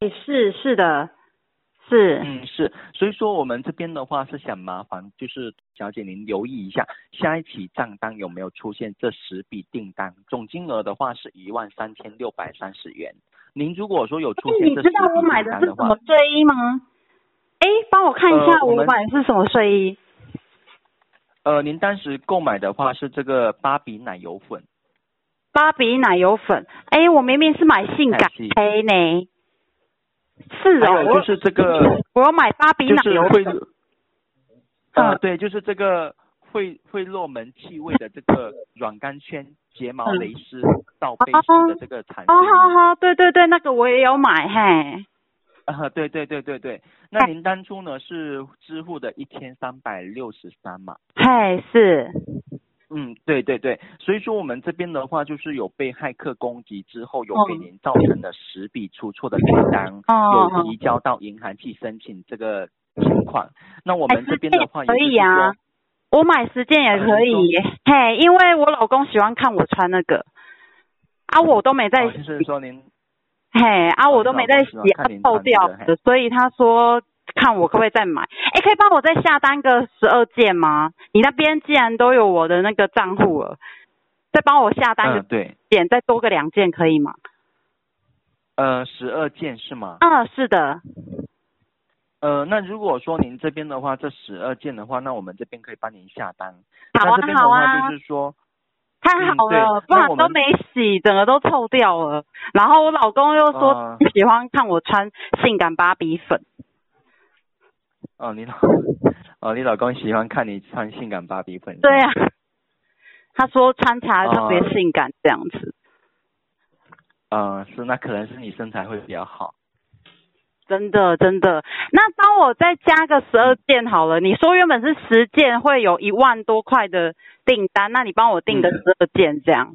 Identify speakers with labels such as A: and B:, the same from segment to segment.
A: 哎，是是的，是。
B: 嗯，是，所以说我们这边的话是想麻烦，就是小姐您留意一下，下一起账单有没有出现这十笔订单，总金额的话是一万三千六百三十元。您如果说有出
A: 哎，
B: 现
A: 你
B: 这
A: 知
B: 十
A: 道我
B: 笔
A: 买
B: 订
A: 的
B: 单
A: 是
B: 的
A: 什
B: 话
A: 么，睡衣吗？哎，帮我看一下
B: 呃我
A: 我
B: 们
A: 买的是什么睡衣。
B: 呃，您当时购买的话是这个芭比奶油粉，
A: 芭比奶油粉，哎，我明明是买性感
B: 哎是
A: 黑呢。是
B: 还
A: 哦，
B: 有就是这个
A: 我我有买芭比
B: 就
A: 奶
B: 是
A: 油
B: 会
A: 粉，，
B: 呃，
A: 嗯
B: 对，就是这个会会落门气味的这个软钢圈、睫毛
A: 嗯
B: 蕾丝、罩杯式的这个长
A: 哦，
B: 睡
A: 好
B: 衣。
A: 好，对对对，那个我也有买嘿。
B: 啊，对对对对对，那您当初呢是支付的一千三百六十三嘛？
A: 嘿，是，
B: 嗯，对对对，所以说我们这边的话就是有被骇客攻击之后，有给
A: 嗯
B: 您造成了十笔出错的订单，
A: 哦
B: 有提交到银行去申请这个情况。那我
A: 哎
B: 们这边
A: 时
B: 的
A: 间
B: 话
A: 也可
B: 也就
A: 以
B: 是啊说
A: 啊，我买时间也可以，嘿，因为我老公喜欢看我穿那个，啊，我都没在
B: 哦就是说您
A: 嘿，啊，
B: 哦
A: 我都没在洗
B: 那我知
A: 啊
B: 道，看您
A: 臭
B: 穿
A: 掉
B: 这个
A: 了，所以他说看我可不可以再买。哎，可以帮我再下单个十二件吗？你那边既然都有我的那个账户了，再帮我下单
B: 嗯
A: 个
B: 对，
A: 件，再多个两件可以吗？
B: 呃，十二件是吗？
A: 嗯，是的。
B: 呃，那如果说您这边的话，这十二件的话，那我们这边可以帮您下单。
A: 好
B: 那
A: 啊
B: 这边
A: 好
B: 的
A: 啊
B: 话就是说，
A: 太好
B: 嗯对
A: 了，不
B: 那
A: 然
B: 我们
A: 都没洗，整个都臭掉了。然后我老公又说
B: 啊
A: 喜欢看我穿性感芭比粉，
B: 哦，你老，哦，你老公喜欢看你穿性感芭比粉。是吗
A: 对啊，他说穿起来特别
B: 啊
A: 性感这样子，
B: 嗯，是，那可能是你身材会比较好。
A: 真的真的。那帮我再加个十二件好了。你说原本是十件会有一万多块的订单，那你帮我订个
B: 嗯
A: 十二件这样。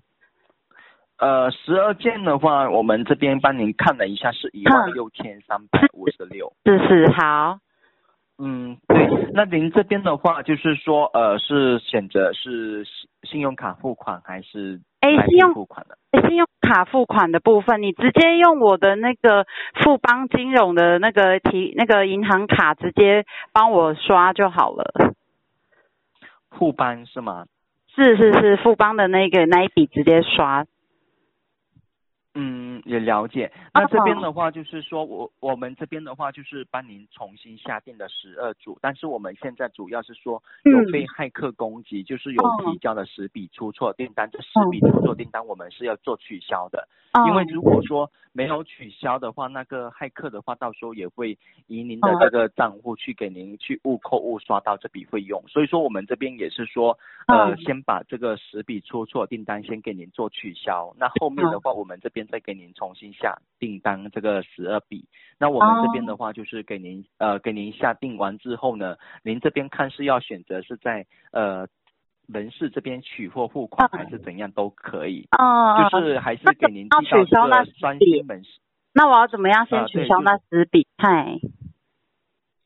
B: 呃，十二件的话，我们这边帮您看了一下，是一万
A: 嗯
B: 六千三百五十六。
A: 是是好，
B: 嗯，对。那您这边的话，就是说，呃，是选择是信信用卡付款还是
A: 哎
B: 来
A: 信用
B: 付款的？
A: 信用卡付款的部分，你直接用我的那个富邦金融的那个提那个银行卡直接帮我刷就好了。
B: 互帮是吗？
A: 是是是，富邦的那个那一笔直接刷。
B: 嗯，也了解。那这边
A: 哦
B: 的话，就是说我我们这边的话，就是帮您重新下定的十二组，但是我们现在主要是说有
A: 嗯
B: 被骇客攻击，就是有
A: 哦
B: 提交的十笔出错订单，这十笔出错订单我们是要做取消的，
A: 嗯、
B: 因为如果说没有取消的话，那个骇客的话，到时候也会以您的
A: 哦
B: 这个账户去给您去误扣误刷到这笔费用，所以说我们这边也是说，呃，
A: 嗯
B: 先把这个十笔出错订单先给您做取消，那后面的话我们这边再给您重新下订单这个十二笔，那我
A: 哦
B: 们这边的话就是给您呃给您下定完之后呢，您这边看是要选择是在呃人事这边取货付款
A: 嗯
B: 还是怎样都可以。
A: 嗯，
B: 就是还是
A: 那
B: 给
A: 怎
B: 您
A: 么
B: 寄
A: 取
B: 到
A: 消
B: 这
A: 那
B: 个专
A: 笔
B: 心门市，
A: 那我要怎么样先
B: 啊
A: 取
B: 对
A: 消
B: 就
A: 那十笔？嗨，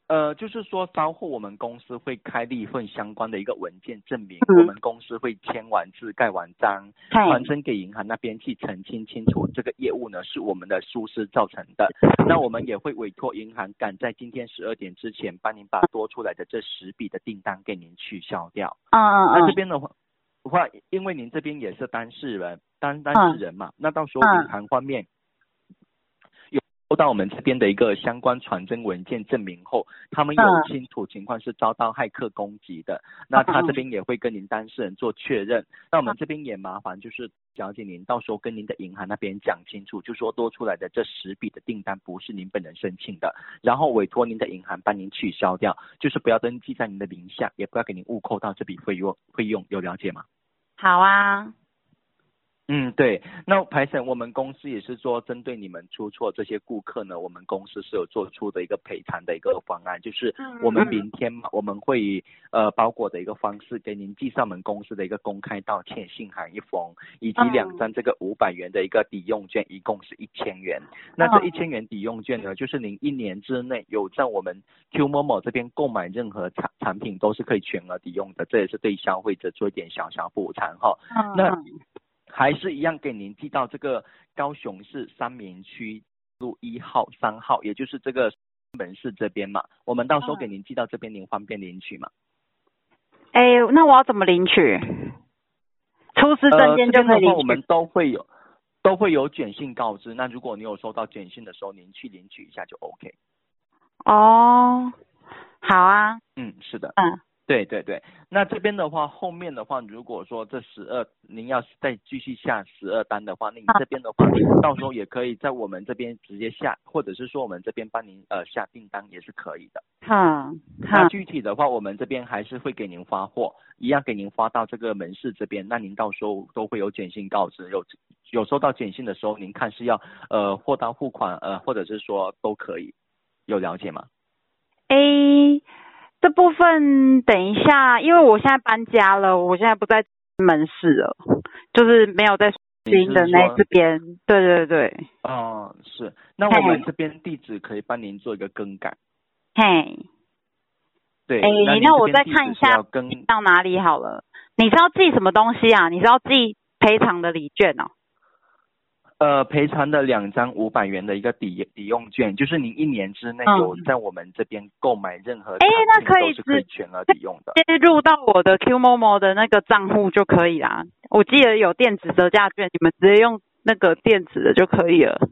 B: 呃，就是说稍后我们公司会开立一份相关的一个文件，证明
A: 嗯
B: 我们公司会签完字、盖完章，
A: 嗨，
B: 传真给银行那边去澄清清楚，这个业务呢是我们的疏失造成的。那我们也会委托银行赶在今天十二点之前，帮您把多出来的这十笔的订单给您取消掉。
A: 嗯嗯
B: 那这
A: 嗯，
B: 边的话，话因为您这边也是当事人，当当事人嘛，那到时候
A: 嗯
B: 银行方面有收到我们这边的一个相关传真文件证明后，他们有
A: 嗯
B: 清楚情况是遭到骇客攻击的，那他 这边也会跟您当事人做确认。那我们这边也麻烦就是。小姐，您到时候跟您的银行那边讲清楚，就说多出来的这十笔的订单不是您本人申请的，然后委托您的银行帮您取消掉，就是不要登记在您的名下，也不要给您误扣到这笔费用费用，有了解吗？
A: 好啊，
B: 嗯，对。那排审我们公司也是说，针对你们出错这些顾客呢，我们公司是有做出的一个赔偿的一个方案，就是我们
A: 嗯
B: 明天嘛，我们会以呃包裹的一个方式给您寄上我们公司的一个公开道歉信函一封，以及
A: 嗯
B: 两张这个五百元的一个抵用券，一共是一千元。那这
A: 嗯
B: 一千元抵用券呢，就是您一年之内有在我们 Q 某某这边购买任何产产品都是可以全额抵用的，这也是对消费者做一点小小补偿哈。
A: 嗯
B: 那
A: 嗯
B: 还是一样给您寄到这个高雄市三明区路一号、三号，也就是这个门市这边嘛。我们到时候
A: 嗯
B: 给您寄到这边，您方便领取嘛？
A: 哎、那我要怎么领取？出示证件就
B: 呃、这边
A: 可以
B: 的
A: 领
B: 话，
A: 取。
B: 我们都会有都会有简讯告知。那如果你有收到简讯的时候，您去领取一下就 OK。
A: 哦，好啊，
B: 嗯，是的，
A: 嗯，
B: 对对对。那这边的话，后面的话，如果说这十二您要再继续下十二单的话，那你这边的话，到时候也可以在我们这边直接下，或者是说我们这边帮您呃下订单也是可以的。
A: 哼
B: 那
A: 哼，
B: 具体的话，我们这边还是会给您发货，一样给您发到这个门市这边。那您到时候都会有简讯告知，有有收到简讯的时候，您看是要呃货到付款呃，或者是说都可以，有了解吗？
A: 哎、这部分等一下，因为我现在搬家了，我现在不在门市了，就是没有在
B: 你
A: 新
B: 是
A: 的那
B: 说
A: 这边。对对对，
B: 哦，是，那我们
A: 嘿
B: 这边地址可以帮您做一个更改。
A: 嘿，
B: 对，
A: 哎
B: 您
A: 那
B: 这
A: 我
B: 边
A: 再
B: 地
A: 看
B: 址
A: 一
B: 是
A: 下
B: 要更
A: 到哪里好了？你是要寄什么东西啊？你是要寄赔偿的礼券哦？
B: 呃赔偿的两张五百元的一个抵抵用券，就是您一年之内
A: 嗯
B: 有在我们这边购买任何
A: 哎
B: 产
A: 那
B: 品
A: 可以
B: 都是可以
A: 直
B: 全额抵用的。
A: 接入到我的 QMomo 的那个账户就可以啦。我记得有电子折价券，你们直接用那个电子的就可以了。
B: 嗯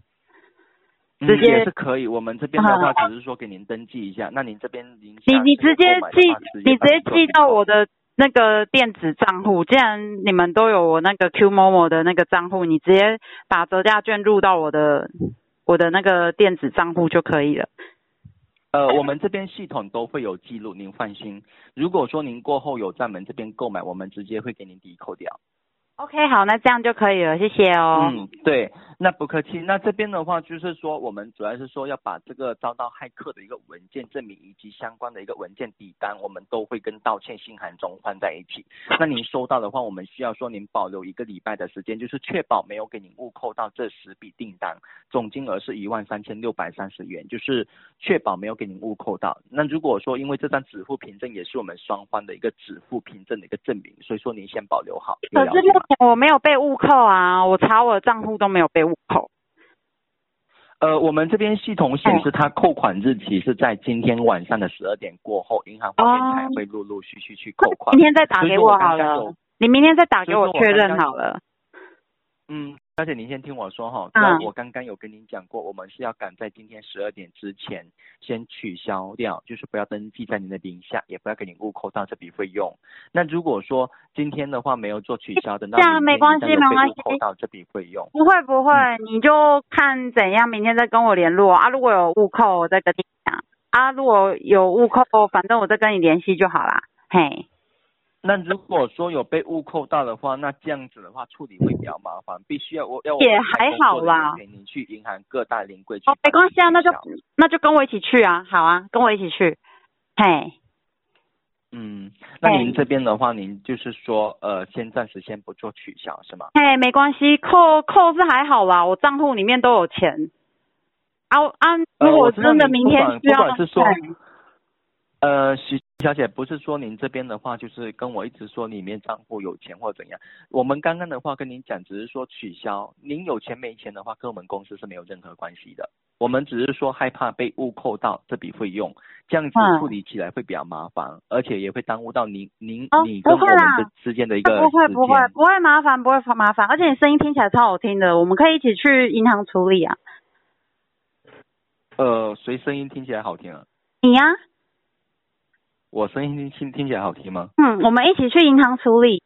A: 直接
B: 也是可以，我们这边的话
A: 啊
B: 只是说给您登记一下，那您这边您
A: 你
B: 下
A: 你
B: 次
A: 直
B: 有
A: 接
B: 购买的
A: 寄
B: 话，
A: 你直接
B: 帮
A: 寄
B: 做
A: 到我的那个电子账户。既然你们都有我那个 QMomo 的那个账户，你直接把折价券入到我的我的那个电子账户就可以了。
B: 呃，我们这边系统都会有记录，您放心。如果说您过后有在我们这边购买，我们直接会给您抵扣掉。
A: OK，好，那这样就可以了，谢谢哦。
B: 嗯，对，那不客气。那这边的话，就是说我们主要是说要把这个遭到骇客的一个文件证明以及相关的一个文件底单，我们都会跟道歉信函中放在一起。 那您收到的话，我们需要说您保留一个礼拜的时间，就是确保没有给您误扣到这十笔订单，总金额是一万三千六百三十元，就是确保没有给您误扣到。那如果说因为这张支付凭证也是我们双方的一个支付凭证的一个证明，所以说您先保留好。有
A: 可
B: 了
A: 是
B: 解吗
A: 目前我没有被误扣啊，我查我的账户都没有被误扣。
B: 呃，我们这边系统
A: 哎
B: 显示它扣款日期是在今天晚上的十二点过后，银行方面才
A: 哦
B: 会陆陆续续去扣款
A: 明。哦天再打
B: 所以
A: 给
B: 说我
A: 好
B: 刚刚
A: 了
B: 有，
A: 你明天再打给
B: 所以
A: 我
B: 说我
A: 确
B: 刚
A: 认
B: 刚
A: 好了。
B: 嗯，而且您先听我说哈，
A: 嗯
B: 那我刚刚有跟您讲过，我们是要赶在今天十二点之前先取消掉，就是不要登记在您的名下，也不要给您误扣到这笔费用。那如果说今天的话没有做取消的，那
A: 这样
B: 明
A: 没
B: 天
A: 关系
B: 一旦有
A: 没关
B: 被误扣
A: 系
B: 到这笔费用。
A: 不会不会，
B: 嗯
A: 你就看怎样，明天再跟我联络啊。如果有误扣，我再跟你讲啊。如果有误扣，反正我再跟你联系就好啦。嘿，
B: 那如果说有被误扣到的话，那这样子的话处理会比较麻烦，必须要我要我
A: 也
B: 们派
A: 还
B: 工作
A: 好
B: 人
A: 啦
B: 员陪您去银行各大临柜去
A: 哦，没关系啊，那
B: 办理
A: 就
B: 取消
A: 那就跟我一起去啊，好啊，跟我一起去。嘿，
B: 嗯，那您
A: 哎
B: 这边的话，您就是说呃，先暂时先不做取消是吗？
A: 嘿，没关系，扣扣是还好啦，我账户里面都有钱。啊我啊，
B: 呃
A: 如
B: 我
A: 果
B: 知道
A: 真的
B: 你
A: 明
B: 不
A: 天
B: 管
A: 需要
B: 不管是说
A: 嘿
B: 呃，徐小姐，不是说您这边的话，就是跟我一直说里面账户有钱或怎样。我们刚刚的话跟您讲，只是说取消。您有钱没钱的话，跟我们公司是没有任何关系的。我们只是说害怕被误扣到这笔费用，这样子
A: 嗯
B: 处理起来会比较麻烦，而且也会耽误到您、您、
A: 哦
B: 你
A: 不
B: 跟我
A: 会
B: 们
A: 啦
B: 的之间的一个
A: 啊不会
B: 时
A: 不会
B: 间
A: 不会麻烦不会麻烦，而且你声音听起来超好听的，我们可以一起去银行处理啊。
B: 呃，谁声音听起来好听啊？
A: 你呀、
B: 我声音听听听起来好听吗？
A: 嗯，我们一起去银行处理。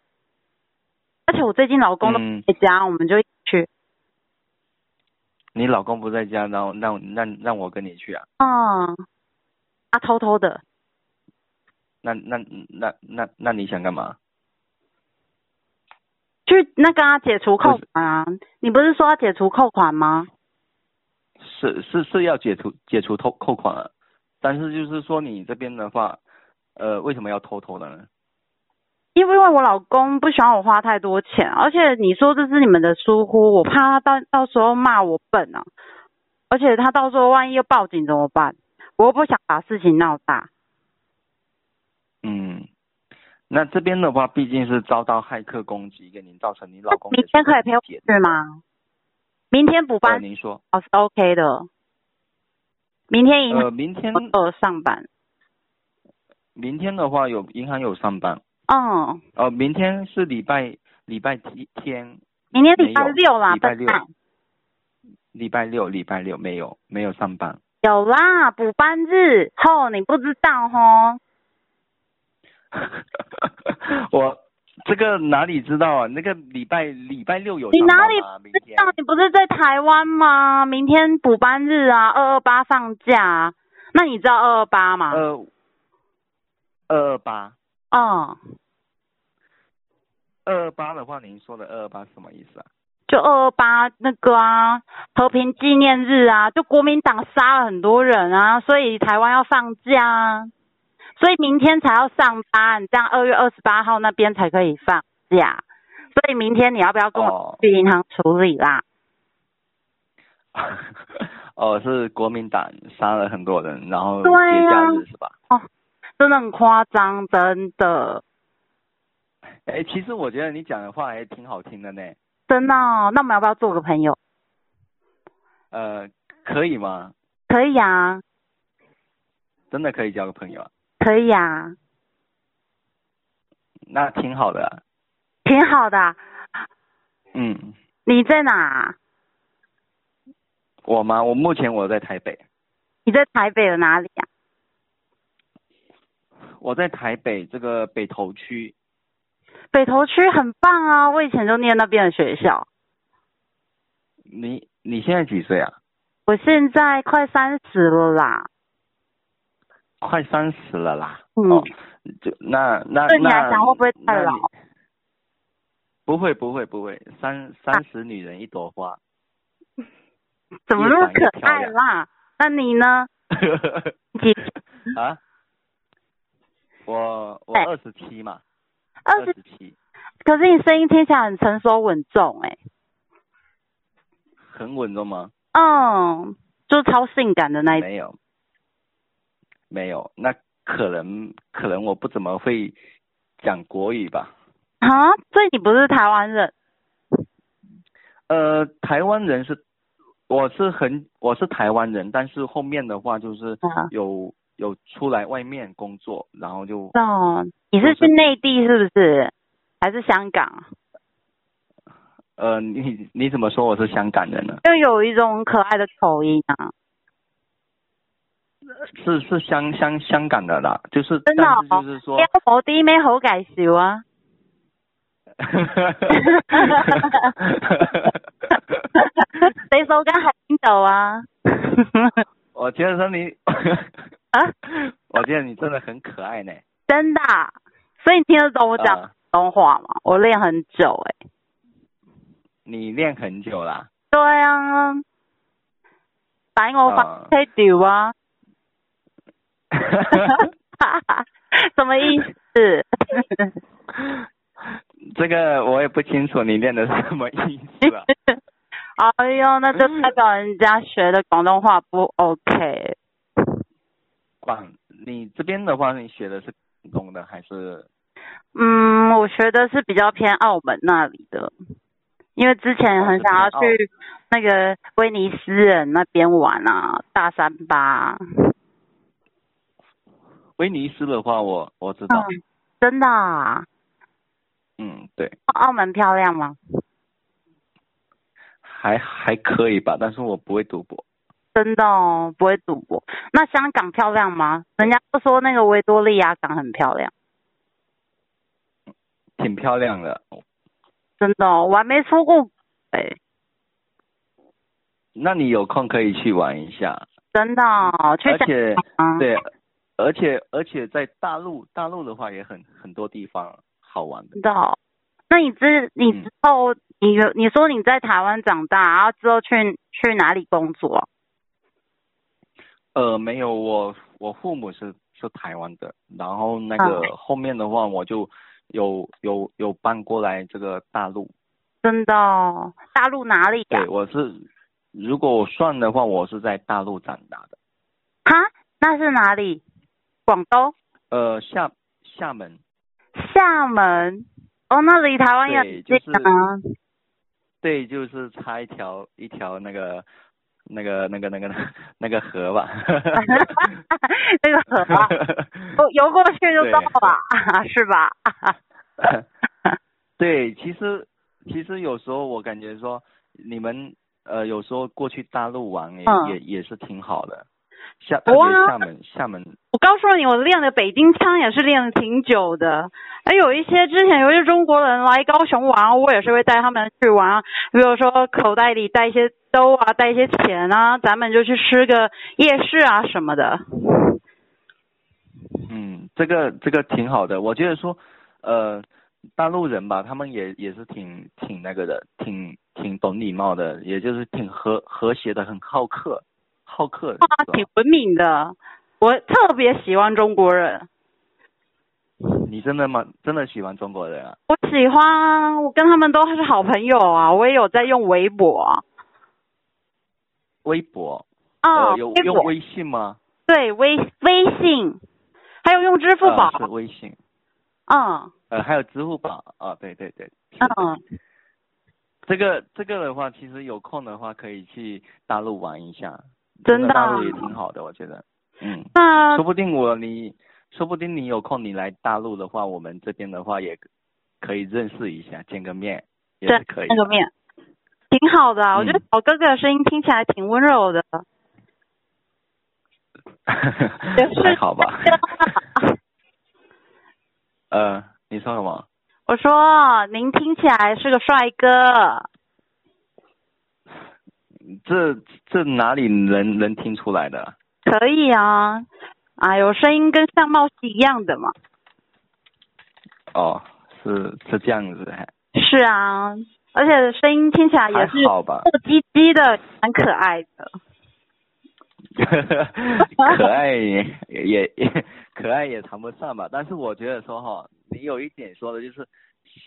A: 而且我最近老公都
B: 嗯，
A: 在家，我们就一起去。
B: 你老公不在家，然后让让让我跟你去啊？
A: 嗯，啊，偷偷的，
B: 那那那那那你想干嘛？
A: 去那个啊，解除
B: 不
A: 扣
B: 是
A: 款啊。你不是说要解除扣款吗？
B: 是是是要解除解除扣扣款啊，但是就是说你这边的话，呃，为什么要偷偷的呢？
A: 因为因为我老公不喜欢我花太多钱，而且你说这是你们的疏忽，我怕他到到时候骂我笨啊，而且他到时候万一又报警怎么办？我又不想把事情闹大。
B: 嗯，那这边的话，毕竟是遭到骇客攻击，给您造成你老公
A: 明天可以陪我
B: 解
A: 去？吗？明天补
B: 呃，
A: 班
B: 您说，
A: 哦是 OK 的。明天银
B: 呃，
A: 行
B: 明天
A: 呃上班。
B: 明天的话有银行有上班，
A: 嗯，
B: 呃，明天是礼拜礼拜天，
A: 明天
B: 没
A: 礼拜
B: 有
A: 六啦，
B: 礼拜
A: 笨
B: 六
A: 蛋
B: 礼拜六礼拜六没有没有上班。
A: 有啦，补班日后你不知道吼。
B: 我这个哪里知道啊？那个礼拜礼拜六有
A: 你
B: 上班
A: 哪里
B: 吗？明
A: 知
B: 天
A: 道你不是在台湾吗？明天补班日啊，二二八放假啊，那你知道二二八吗？
B: 呃二二八
A: 嗯，
B: 二二八的话，您说的二二八什么意思啊？
A: 就二二八那个啊，和平纪念日啊，就国民党杀了很多人啊，所以台湾要放假啊，所以明天才要上班，这样二月二十八号那边才可以放假。所以明天你要不要跟我
B: 哦
A: 去银行处理啦？
B: 哦，是国民党杀了很多人，然后
A: 对啊
B: 节假日是吧？
A: 真的很夸张，真的，
B: 哎，其实我觉得你讲的话还挺好听的呢，
A: 真的哦、那我们要不要做个朋友？
B: 呃，可以吗？
A: 可以啊，
B: 真的可以交个朋友啊，
A: 可以啊，
B: 那挺好的啊、
A: 挺好的啊。
B: 嗯，
A: 你在哪？
B: 我吗？我目前我在台北，
A: 你在台北的哪里啊？
B: 我在台北这个北投区，
A: 北投区很棒啊，我以前就念那边的学校。
B: 你你现在几岁啊？
A: 我现在快三十了啦，
B: 快三十了啦。
A: 嗯
B: 哦，就那那
A: 对你
B: 那
A: 来讲会不会太老？
B: 啊那你不会不会不会，三三十女人一朵花。
A: 怎么那么可爱啦？那你呢？几
B: 啊？我我
A: 对
B: 二十七嘛，
A: 哎二十？
B: 十七，
A: 可是你声音听起来很成熟稳重哎、
B: 很稳重吗？
A: 嗯，就超性感的那一种。
B: 没有，没有，那可能可能我不怎么会讲国语吧。
A: 啊，所以你不是台湾人？
B: 呃，台湾人是，我是很我是台湾人，但是后面的话就是
A: 啊
B: 有有出来外面工作，然后就
A: 哦，你是
B: 不
A: 去
B: 是
A: 内地是不是？还是香港？
B: 呃，你你怎么说我是香港人呢？
A: 就有一种很可爱的口音啊。
B: 是是香香香港的啦，就是
A: 真的哦
B: 但是就是 说
A: 因，为我弟妹好介绍 啊。谁手跟海星走 啊？
B: 我觉得说你，
A: 啊，
B: 我觉得你真的很可爱呢。
A: 真的啊、所以你听得懂我讲
B: 呃
A: 东话吗？我练很久哎、
B: 你练很久啦，
A: 对啊，反我
B: 呃
A: 反吹丢 啊，什么意思？
B: 这个我也不清楚你练的是什么意 思啊。嗯
A: 哎呦，那就代表人家学的广东话不 OK。
B: 广，你这边的话，你学的是广东的还是？
A: 嗯，我学的是比较偏澳门那里的，因为之前很想要
B: 哦是偏
A: 去那个威尼斯人那边玩啊，大三巴啊。
B: 威尼斯的话我，我知道，
A: 嗯，真的啊？
B: 嗯，对，
A: 澳门漂亮吗？
B: 还还可以吧，但是我不会赌博。
A: 真的哦，不会赌博。那香港漂亮吗？人家都说那个维多利亚港很漂亮，
B: 挺漂亮的。
A: 真的哦，我还没出过。哎，
B: 那你有空可以去玩一下，
A: 真的哦，去
B: 而
A: 香
B: 且
A: 港啊。
B: 对，而且而且在大陆，大陆的话也很很多地方好玩的。
A: 真的哦。那你之你
B: 嗯
A: 之后，你有你说你在台湾长大，然后之后去去哪里工作啊？
B: 呃，没有，我我父母是是台湾的，然后那个
A: 啊
B: 后面的话我就有有有搬过来这个大陆。
A: 真的哦，大陆哪里呀、
B: 对，我是如果我算的话，我是在大陆长大的。
A: 哈，那是哪里？广东
B: 呃，厦厦门，
A: 厦门。哦，那离台湾也
B: 对
A: 很
B: 就
A: 近
B: 是
A: 啊。
B: 对，就是差一条一条那个那个那个那个那个河吧，
A: 那个河啊，游游过去就到了， 是吧？
B: 对，其实其实有时候我感觉说，你们呃有时候过去大陆玩也、
A: 嗯
B: 也也是挺好的，厦特
A: 哇
B: 别厦门厦门
A: 我告诉你，我练的北京腔也是练的挺久的。还有一些之前有一些中国人来高雄玩，我也是会带他们去玩，比如说口袋里带一些兜啊，带一些钱啊，咱们就去吃个夜市啊什么的。
B: 嗯，这个这个挺好的，我觉得说，呃，大陆人吧，他们也也是挺挺那个的，挺挺懂礼貌的，也就是挺和和谐的，很好客，好客的，
A: 啊，挺文明的。我特别喜欢中国人，
B: 你真的吗？真的喜欢中国人啊？
A: 我喜欢啊，我跟他们都是好朋友啊。我也有在用微博啊
B: 微博，
A: 啊，
B: 呃，有
A: 微
B: 用
A: 博
B: 微信吗？
A: 对微微信，还有用支付宝
B: 啊，是微信，
A: 嗯
B: 呃，还有支付宝啊，对对对，是的
A: 嗯，
B: 这个这个的话，其实有空的话可以去大陆玩一下，
A: 真的
B: 大
A: 啊
B: 陆也挺好的，我觉得，嗯。
A: 那
B: 说不定我你，说不定你有空你来大陆的话，我们这边的话也可以认识一下，见个面也
A: 对
B: 是可以
A: 那
B: 的。
A: 个面，挺好的啊。我觉得
B: 嗯
A: 小哥哥的声音听起来挺温柔的， 也是
B: 还好吧？呃，你说什么？
A: 我说您听起来是个帅哥，
B: 这这哪里能能听出来的？
A: 可以啊。哎呦，声音跟相貌是一样的嘛。
B: 哦，是是这样子，还
A: 是啊，而且声音听起来啊也
B: 还
A: 是
B: 好吧？
A: 糯唧唧的，蛮可爱的。
B: 可爱也也也可爱也谈不上吧，但是我觉得说哈，你有一点说的就是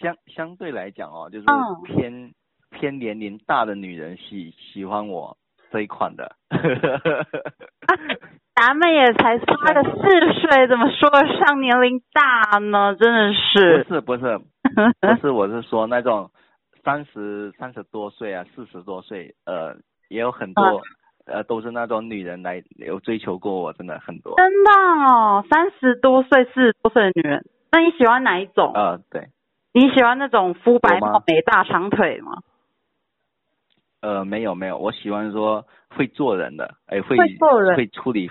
B: 相相对来讲哦，就是
A: 嗯
B: 偏、偏年龄大的女人喜喜欢我这一款的。
A: 咱们也才差个四岁，怎么说得上年龄大呢？真的是， 嗯
B: 不是不是不是，我是说那种三十三十多岁啊，四十多岁，呃，也有很多、
A: 嗯
B: 呃都是那种女人来有追求过我，真的很多。
A: 真的哦，三十多岁、四十多岁的女人，那你喜欢哪一种？
B: 呃，对，
A: 你喜欢那种肤白
B: 我吗
A: 貌美、大长腿吗？
B: 呃，没有没有，我喜欢说会做人的，哎，会
A: 会做人
B: 会处理，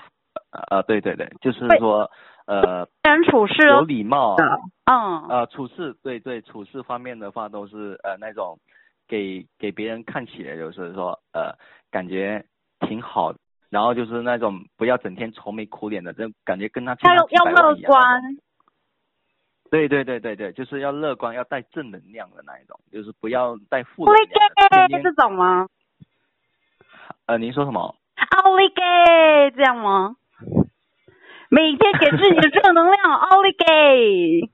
B: 呃，对对对，就是
A: 会
B: 说呃
A: 为人处事
B: 有
A: 哦，
B: 礼貌，
A: 的，嗯，
B: 呃，处事对对处事方面的话都是呃那种给给别人看起来就是说呃感觉挺好的，然后就是那种不要整天愁眉苦脸的，这感觉跟他
A: 要
B: 欠他几
A: 要啊
B: 百
A: 乐
B: 万一样的
A: 观，
B: 对对对对对，就是要乐观，要带正能量的那一种，就是不要带负
A: 奥
B: 能
A: 利
B: 量的。
A: 给
B: 天天
A: 这种吗？
B: 呃，您说什么？
A: 奥利给这样吗？每天给自己正能 量，奥利给。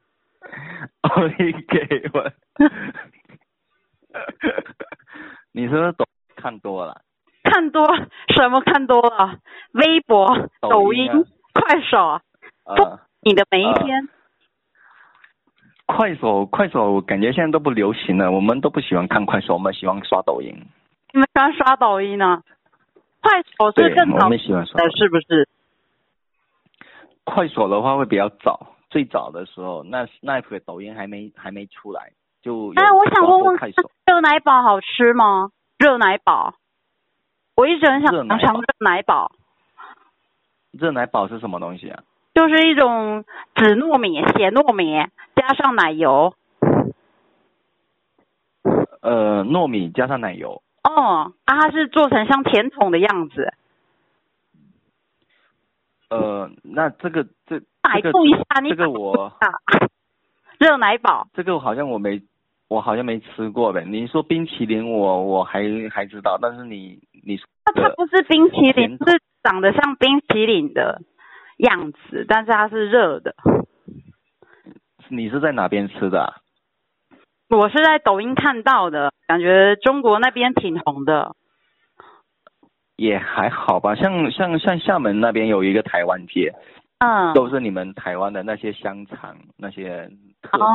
B: 奥利给我。 你是不是懂看多了？
A: 看多什么看多了？微博、抖
B: 抖
A: 音
B: 音啊、啊
A: 快手，
B: 呃，
A: 你的每一天，
B: 快手，快手，我感觉现在都不流行了，我们都不喜欢看快手，我们喜欢刷抖音。
A: 你们喜欢刷抖音呢？快手
B: 对
A: 是，更
B: 我
A: 早
B: 们喜欢刷抖
A: 的，
B: 音。
A: 是不是？
B: 快手的话会比较早，最早的时候，那那会抖音还没还没出来，就有
A: 哎，我想
B: 刷
A: 问
B: 过
A: 问看
B: 快手。，
A: 热奶宝好吃吗？热奶宝，我一直很想
B: 热
A: 尝
B: 奶
A: 尝
B: 堡
A: 热奶宝，
B: 热奶宝是什么东西啊？
A: 就是一种紫糯米、咸糯米加上奶油。
B: 呃，糯米加上奶油。
A: 哦，啊，它是做成像甜筒的样子。
B: 呃，那这个这
A: 百
B: 这个
A: 度一下，你
B: 这个
A: 百度
B: 我
A: 一下热奶宝
B: 这个好像我没，我好像没吃过呗。你说冰淇淋我，我还还知道，但是你你说
A: 那它
B: 的
A: 不是冰淇淋，
B: 呃甜筒
A: 是长得像冰淇淋的样子，但是它是热的。
B: 你是在哪边吃的啊、
A: 我是在抖音看到的，感觉中国那边挺红的。
B: 也还好吧，像像像厦门那边有一个台湾街，
A: 嗯，
B: 都是你们台湾的那些香肠，那些特
A: 哦，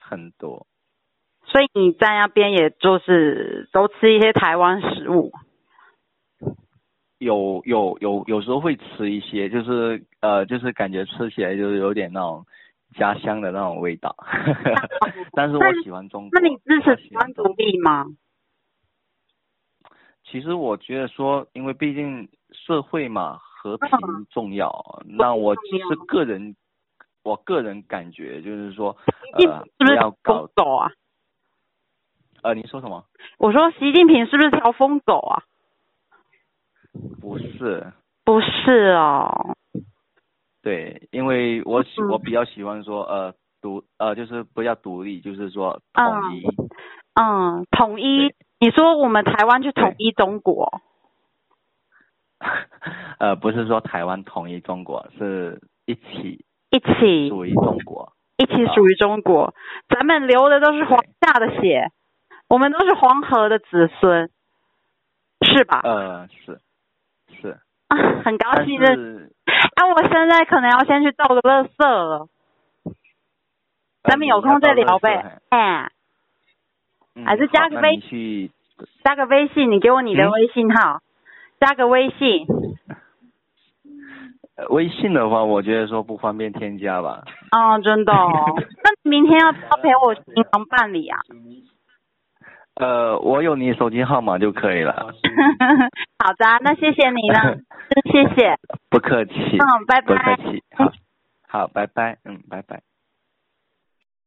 B: 很多。
A: 所以你在那边也就是都吃一些台湾食物。
B: 有有有有时候会吃一些，就是呃，就是感觉吃起来就是有点那种家乡的那种味道。 但是我喜欢中国。
A: 那你支
B: 我
A: 持
B: 喜
A: 台
B: 欢
A: 湾
B: 中
A: 独立
B: 呃
A: 吗？
B: 其实我觉得说，因为毕竟社会嘛，和平重要。那我
A: 嗯重要
B: 是个人，我个人感觉就是说，
A: 近
B: 呃，
A: 是不
B: 不
A: 是
B: 要搞
A: 疯狗啊？
B: 呃，你说什么？
A: 我说习近平是不是条疯狗啊？
B: 不是，
A: 不是哦，
B: 对，因为我喜
A: 嗯
B: 我比较喜欢说，呃，独呃，就是不要独立，就是说
A: 啊
B: 统一。
A: 嗯，统一。你说我们台湾去统一中国，
B: 呃，不是说台湾统一中国，是一起
A: 一起
B: 属于中国。
A: 一起属于中国，咱们流的都是皇家的血，我们都是黄河的子孙，是吧？
B: 呃，是是，
A: 啊，很高
B: 但
A: 兴认识。
B: 是
A: 啊，我现在可能要先去倒个垃圾了，
B: 呃
A: 咱们
B: 你
A: 有
B: 要
A: 空
B: 到
A: 再
B: 那
A: 聊
B: 时候
A: 呗。哎，
B: 嗯
A: 还是
B: 好
A: 加个
B: 那
A: 微
B: 你去
A: 加个微信，你给我你的
B: 嗯
A: 微信号，加个微信。
B: 呃微信的话，我觉得说不方便添加吧。
A: 哦，真的 哦。那你明天要不要陪我银行办理啊？
B: 呃，我有你手机号码就可以了。
A: 好的啊，那谢谢你 呢，真谢谢。
B: 不客气，
A: 嗯，拜
B: 不客
A: 拜。
B: 气，好，好，拜拜，嗯，拜拜。